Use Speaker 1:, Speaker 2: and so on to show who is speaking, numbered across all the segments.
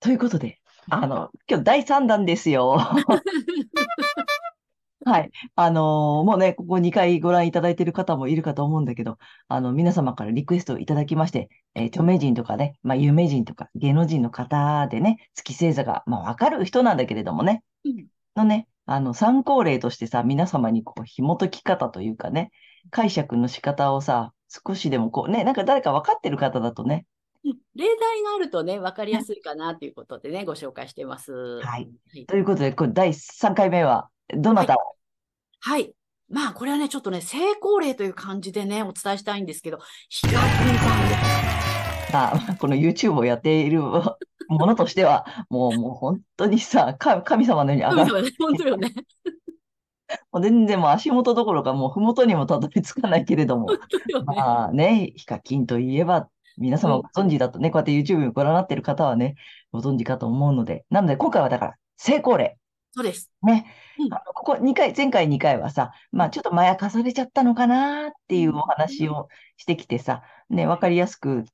Speaker 1: ということで、 あの、今日第3弾ですよ。 はい。あのーもうね、ここ2回ご覧いただいている方もいるかと思うんだけど、あの、皆様からリクエストをいただきまして、えー著名人とかね、まあ、有名人とか芸能人の方でね、月星座が、まあ、わかる人なんだけれどもね、
Speaker 2: うん
Speaker 1: のね、あの、参考例としてさ、皆様にこう、紐解き方というかね、解釈の仕方をさ、少しでもこう、ね、なんか誰か分かってる方だとね、
Speaker 2: 例題があるとね、わかりやすいかなということでね、ご紹介してます。は
Speaker 1: はい。
Speaker 2: い。
Speaker 1: ということで、これ第3回目は、どなたを
Speaker 2: はいまあ、これはね、ちょっとね、成功例という感じでね、お伝えしたいんで すけど、ヒカキンさ
Speaker 1: さ、 この YouTube をやっているものとしては、もう、もう本当にさ、か神様のように上が
Speaker 2: ん。そ
Speaker 1: る。
Speaker 2: うですね本当よね。
Speaker 1: もう全然もう足元どころか、もう麓にもたどり着かないけれども
Speaker 2: 本、当よ ね。
Speaker 1: まあね、ヒカキンといえば、皆様ご存知だとね、こうやって YouTube をご覧になっている方はね、ご存知かと思うので、なので今回はだから、成功例。
Speaker 2: そうです。うん
Speaker 1: あのここ2回、前回2回はさ、まあちょっとまやかされちゃったのかなっていうお話をしてきてさ、ね、わかりやすく、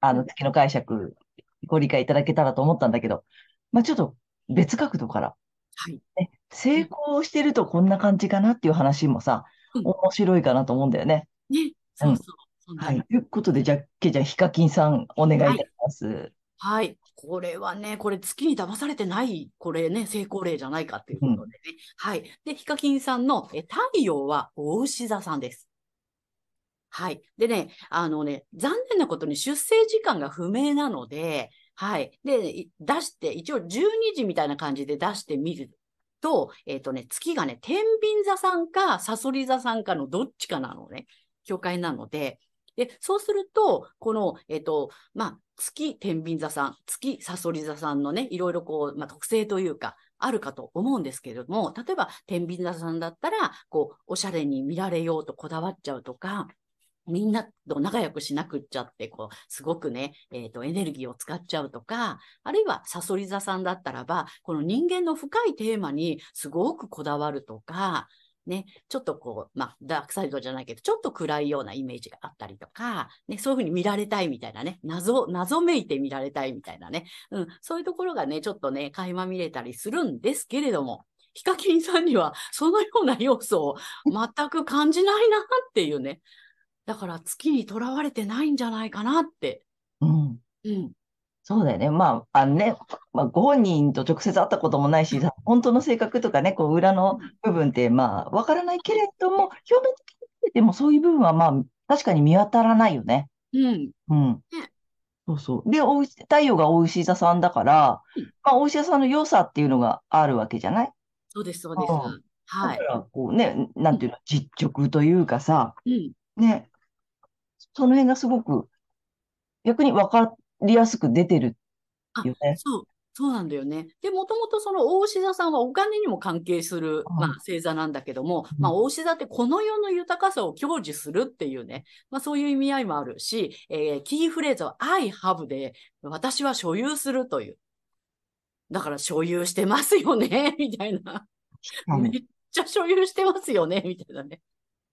Speaker 1: あの、月の解釈、ご理解いただけたらと思ったんだけど、まあちょっと別角度から、
Speaker 2: はい。
Speaker 1: ね、成功してるとこんな感じかなっていう話もさ、
Speaker 2: うん
Speaker 1: 面白いかなと思うんだよね。
Speaker 2: ね。そうそう。そんな
Speaker 1: は
Speaker 2: の
Speaker 1: い。ということで、じゃあ、けいちゃん、ヒカキンさん、お願いいたします。
Speaker 2: はい。これはね、これ月に騙されてない、これね、成功例じゃないかっていうことでね。はい。で、ヒカキンさんのえ太陽は大牛座さんです。はい。でね、あのね、残念なことに出生時間が不明なので、はい。で、い出して、一応12時みたいな感じで出してみると、えっ、とね、月がね、天秤座さんか、サソリ座さんかのどっちかなのね、境界なので、で、そうすると、この、えっ、と、まあ、月天秤座さん、月サソリ座さんのね、いろいろこう、まあ、特性というか、あるかと思うんですけれども、例えば天秤座さんだったら、こう、おしゃれに見られようとこだわっちゃうとか、みんなと仲良くしなくっちゃって、こう、すごくね、えっ、と、エネルギーを使っちゃうとか、あるいは、サソリ座さんだったらば、この人間の深いテーマにすごくこだわるとか、ね、ちょっとこう、まあ、ダークサイドじゃないけど、ちょっと暗いようなイメージがあったりとか、ね、そういうふうに見られたいみたいなね、謎、謎めいて見られたいみたいなね、うん、そういうところがね、ちょっとね、垣間見れたりするんですけれども、ヒカキンさんにはそのような要素を 全く感じないなっていうね。だから月にとらわれてないんじゃないかなって。
Speaker 1: うん。
Speaker 2: うん。
Speaker 1: そうだよね。まあ、あのね、まあ、ご本人と直接会ったこともないし、本当の性格とかね、こう裏の部分って、まあ、わからないけれども、表面的に見ててもそういう部分は、まあ、確かに見当たらないよね。
Speaker 2: うん。
Speaker 1: うん。そうそう。で、おうし太陽がお牛座さんだから
Speaker 2: うん、
Speaker 1: まあ、お牛座さんの良さっていうのがあるわけじゃない
Speaker 2: そうです、そうです。
Speaker 1: うん
Speaker 2: は
Speaker 1: だ
Speaker 2: い
Speaker 1: か。ら、こうね、なんていうの、実直というかさ、
Speaker 2: うん。
Speaker 1: ね、その辺がすごく、逆にわかりやすく出てるよね。
Speaker 2: そう、そうなんだよね。で、もともとその大牛座さんはお金にも関係する、
Speaker 1: うん
Speaker 2: まあ、星座なんだけども、
Speaker 1: うん
Speaker 2: まあ、大牛座ってこの世の豊かさを享受するっていうね、まあ、そういう意味合いもあるし、えーキーフレーズは I have で、私は所有するという。だから所有してますよね、みたいな。
Speaker 1: うん
Speaker 2: めっちゃ所有してますよね、みたいなね。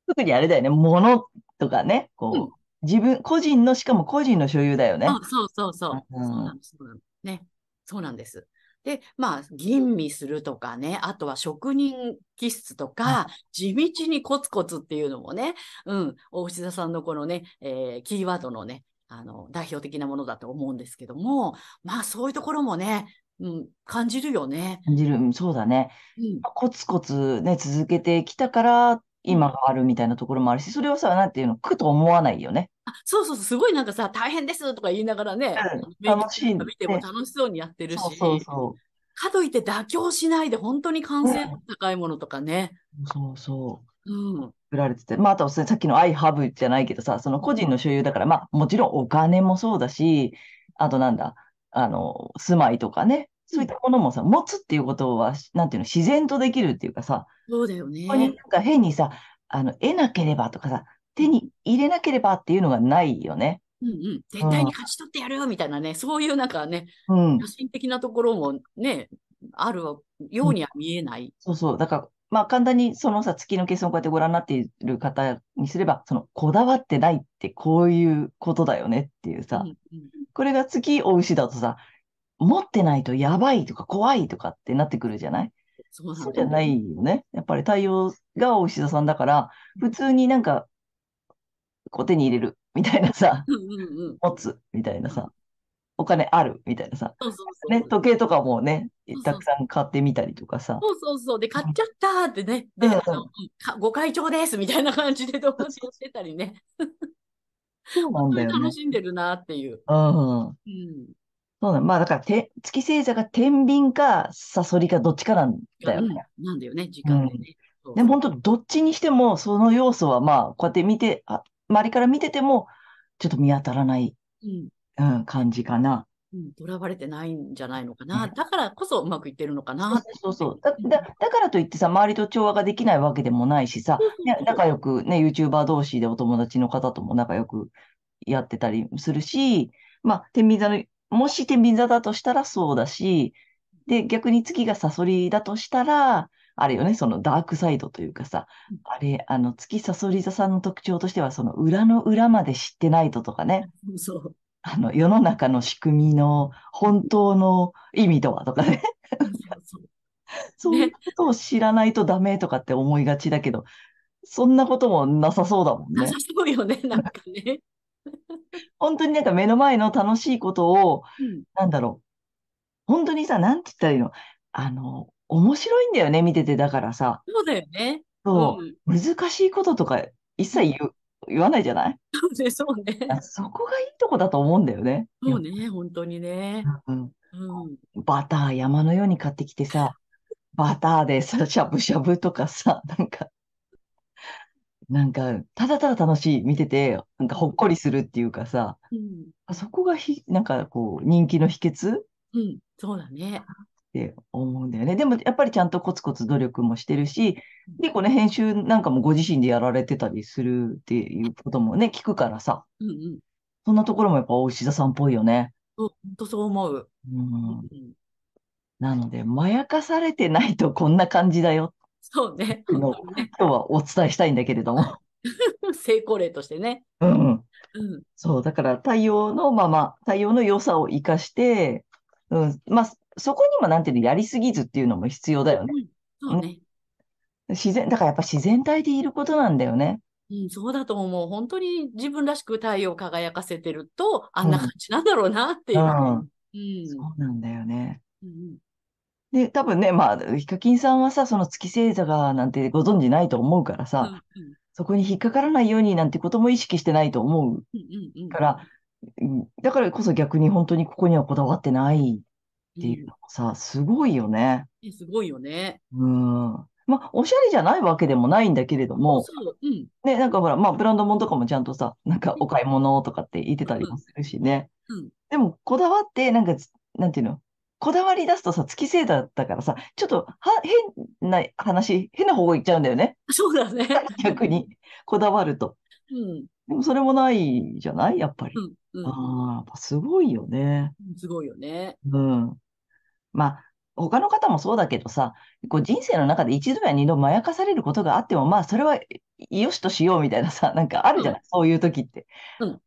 Speaker 1: 特にあれだよね、物とかね、
Speaker 2: う
Speaker 1: こう、自分、個人の、しかも個人の所有だよね。
Speaker 2: あそうそうそう。そううんなの、そうなの。ね。そうなんです。で、まあ、吟味するとかね、あとは職人気質とか、地道にコツコツっていうのもね、うん、大牛座さんのこのね、えーキーワードのね、あの、代表的なものだと思うんですけども、まあ、そういうところもね、うん、感じるよね。
Speaker 1: 感じる、うんそうだね。
Speaker 2: うん、
Speaker 1: コツコツね、続けてきたから、今があるみたいなところもあるし、それをさ、なんていうの、苦と思わないよね。
Speaker 2: あそうそうそう、すごいなんかさ、大変ですとか言いながらね、
Speaker 1: うん楽しいね
Speaker 2: 見ても楽しそうにやってるし、
Speaker 1: そうそうそ
Speaker 2: かといって妥協しないで、本当に完成度高いものとかね。
Speaker 1: う。そうそう。
Speaker 2: うん。
Speaker 1: 売られてて。まあ、あとはさっきの I have じゃないけどさ、その個人の所有だから、まあ、もちろんお金もそうだし、あとなんだ、あの、住まいとかね、そういったものもさ、持つっていうことは、なんていうの、自然とできるっていうかさ、
Speaker 2: そうだよ
Speaker 1: ここに
Speaker 2: ね。
Speaker 1: なんか変にさ、あの、得なければとかさ、手に入れなければっていうのがないよね。
Speaker 2: うんうん。絶対に勝ち取ってやるよみたいなね、そういうなんかね、
Speaker 1: うん。
Speaker 2: 野心的なところもね、あるようには見えない。
Speaker 1: そうそう。だから、まあ簡単にそのさ、月の計算をこうやってご覧になっている方にすれば、その、こだわってないってこういうことだよねっていう
Speaker 2: う
Speaker 1: さ、
Speaker 2: んうん
Speaker 1: これが月お牛だとさ、持ってないとやばいとか怖いとかってなってくるじゃない
Speaker 2: そうなんだ
Speaker 1: そうじゃないよね。やっぱり太陽がお牛座さんだから、普通になんか、こう手に入れるみたいなさ、
Speaker 2: うんうんうん。
Speaker 1: 持つみたいなさ、お金あるみたいなさ、
Speaker 2: そうそうそう。
Speaker 1: ね、時計とかもね
Speaker 2: そう、
Speaker 1: たくさん買ってみたりとかさ、
Speaker 2: そうそうそう。で、買っちゃったーってね。で、
Speaker 1: うん
Speaker 2: あの、かご会長ですみたいな感じで友達をしてたりね。
Speaker 1: そうなんだよね
Speaker 2: 楽。しんでるなっていう。
Speaker 1: うん。
Speaker 2: うん。
Speaker 1: そうなんまあだからて、月星座が天秤かサソリかどっちかなんだよね。
Speaker 2: うんなんだよね、時間がね。そう
Speaker 1: でも本当、どっちにしても、その要素はまあ、こうやって見て、あ、周りから見てても、ちょっと見当たらない、
Speaker 2: うん。
Speaker 1: うん、感じかな。
Speaker 2: うん、とらわれてないんじゃないのかな。
Speaker 1: うん
Speaker 2: だからこそうまくいってるのかな。
Speaker 1: そうそう。だ、だ、だからといってさ、周りと調和ができないわけでもないしさ、ね仲良くね、YouTuber 同士でお友達の方とも仲良くやってたりするし、まあ、天秤座の、もし天秤座だとしたらそうだし、で、逆に月がサソリだとしたら、あれよね、そのダークサイドというかさ
Speaker 2: うん、
Speaker 1: あれ、あの、月サソリ座さんの特徴としては、その裏の裏まで知ってないととかね、
Speaker 2: そう。
Speaker 1: あの、世の中の仕組みの本当の意味とはとかね、
Speaker 2: そう
Speaker 1: そういうことを知らないとダメとかって思いがちだけど、そんなこともなさそうだもん
Speaker 2: な
Speaker 1: ね
Speaker 2: さ。そうよ ね、なんかね。
Speaker 1: 本当になんか目の前の楽しいことを、
Speaker 2: うん
Speaker 1: なんだろう。本当にさ、なんて言ったらいいのあの、面白いんだよね、見てて。だからさ、
Speaker 2: そうだよね。
Speaker 1: そう
Speaker 2: うん
Speaker 1: う、難しいこととか一切言う言わないじゃない
Speaker 2: そうね、そうね。
Speaker 1: あそこがいいとこだと思うんだよね。
Speaker 2: そうね、本当にね。
Speaker 1: うん
Speaker 2: うん。
Speaker 1: バター山のように買ってきてさ、バターでさ、しゃぶしゃぶとかさ、なんか、なんか、ただただ楽しい、見てて、なんかほっこりするっていうかさ、
Speaker 2: うん。
Speaker 1: あそこがひ、なんかこう、人気の秘訣
Speaker 2: うん。そうだ
Speaker 1: っ
Speaker 2: ね。
Speaker 1: て思うんだよね。でもやっぱりちゃんとコツコツ努力もしてるし、結構ね、編集なんかもご自身でやられてたりするっていうこともね、聞くからさ、
Speaker 2: うんうん。
Speaker 1: そんなところもやっぱ大石田さんっぽいよね。
Speaker 2: そう本当そう思
Speaker 1: う。
Speaker 2: う。うんん
Speaker 1: なので、まやかされてないとこんな感じだよ
Speaker 2: そうね。
Speaker 1: っ ていうのを
Speaker 2: 本当にね
Speaker 1: 今日はお伝えしたいんだけれども。
Speaker 2: 成功例としてね。
Speaker 1: うん。
Speaker 2: うん。
Speaker 1: そう、だから太陽のまま、太陽の良さを生かして、うん、まあ、そこにもなんていうの、やりすぎずっていうのも必要だよね。
Speaker 2: うんそうね。
Speaker 1: 自然、だからやっぱ自然体でいることなんだよね。
Speaker 2: うん、そうだと思う。本当に自分らしく太陽を輝かせてると、あんな感じなんだろうなっていうう。
Speaker 1: ん。
Speaker 2: うん
Speaker 1: そうなんだよね。
Speaker 2: うん
Speaker 1: で、多分ね、まあ、ヒカキンさんはさ、その月星座がなんてご存じないと思うから
Speaker 2: う
Speaker 1: さ、
Speaker 2: んうん
Speaker 1: そこに引っかからないようになんてことも意識してないと思う
Speaker 2: うんうんうん
Speaker 1: から、うんだからこそ逆に本当にここにはこだわってないっていうのもさ、すごいよね。
Speaker 2: うんすごいよね。
Speaker 1: うん。まあ、おしゃれじゃないわけでもないんだけれども、
Speaker 2: そう、うん、
Speaker 1: ね、なんかほら、まあ、ブランド物とかもちゃんとさ、なんかお買い物とかって言ってたりもするしね
Speaker 2: うんうん。
Speaker 1: でも、こだわって、なんか、なんていうのこだわり出すとさ、月星座だったからさ、ちょっと、は、変な話、変な方向行っちゃうんだよね。
Speaker 2: そうだね。
Speaker 1: 逆に、こだわると。
Speaker 2: うん、
Speaker 1: でも、それもないじゃないやっぱり
Speaker 2: う。ん、うん
Speaker 1: ああ、やっぱすごいよね。
Speaker 2: うん、すごいよね。
Speaker 1: うん。まあ、他の方もそうだけどさ、こう人生の中で一度や二度まやかされることがあっても、まあ、それはよしとしようみたいなさ、 なんかあるじゃない、そういう時って。
Speaker 2: うん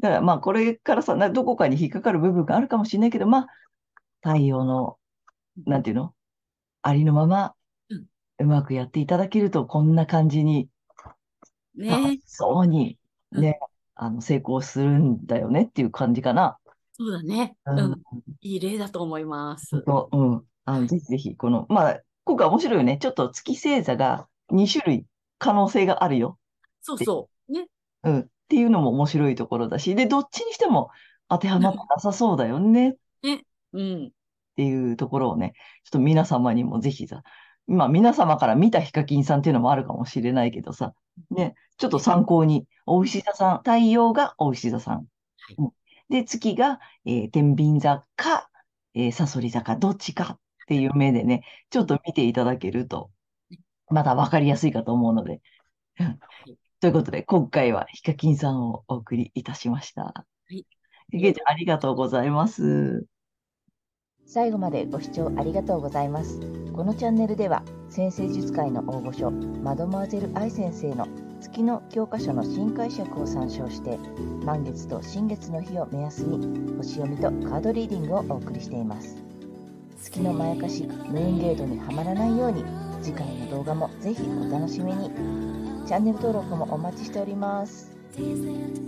Speaker 1: だからまあ、これからさ、などこかに引っかかる部分があるかもしれないけど、まあ、太陽の、なんていうのありのまま
Speaker 2: うん、
Speaker 1: うまくやっていただけると、こんな感じに、楽
Speaker 2: ね、
Speaker 1: しそうに、
Speaker 2: うん
Speaker 1: ね、あの、成功するんだよねっていう感じかな。
Speaker 2: そうだね。
Speaker 1: う
Speaker 2: うんん、いい例だと思います。
Speaker 1: そう、うん。あの、ぜひぜひ、この、まあ、今回面白いよね。ちょっと月星座が2種類可能性があるよ。
Speaker 2: そうそう、ね、
Speaker 1: うん。っていうのも面白いところだし、で、どっちにしても当てはまってなさそうだよねっ
Speaker 2: うん、
Speaker 1: ていうところをね、ちょっと皆様にもぜひさ、まあ皆様から見たヒカキンさんっていうのもあるかもしれないけどさ、ね、ちょっと参考に、お牛座さん、太陽がお牛座さん。
Speaker 2: い
Speaker 1: うんで、月が、えー天秤座か、えー、サソリ座か、どっちかっていう目でね、ちょっと見ていただけると、まだわかりやすいかと思うので。うんということで、今回はヒカキンさんをお送りいたしました。
Speaker 2: い
Speaker 1: げいちゃんありがとうございます。
Speaker 3: 最後までご視聴ありがとうございますこのチャンネルでは先生術界の大御所マドモアゼル愛先生の月
Speaker 1: 月の教科書の新解釈を参照して満月と新月の日を目安に星読みとカードリーディングをお送りしています月のまやかしムーンゲートにはまらないように次回の動画もぜひお楽しみにチャンネル登録もお待ちしております
Speaker 4: Days and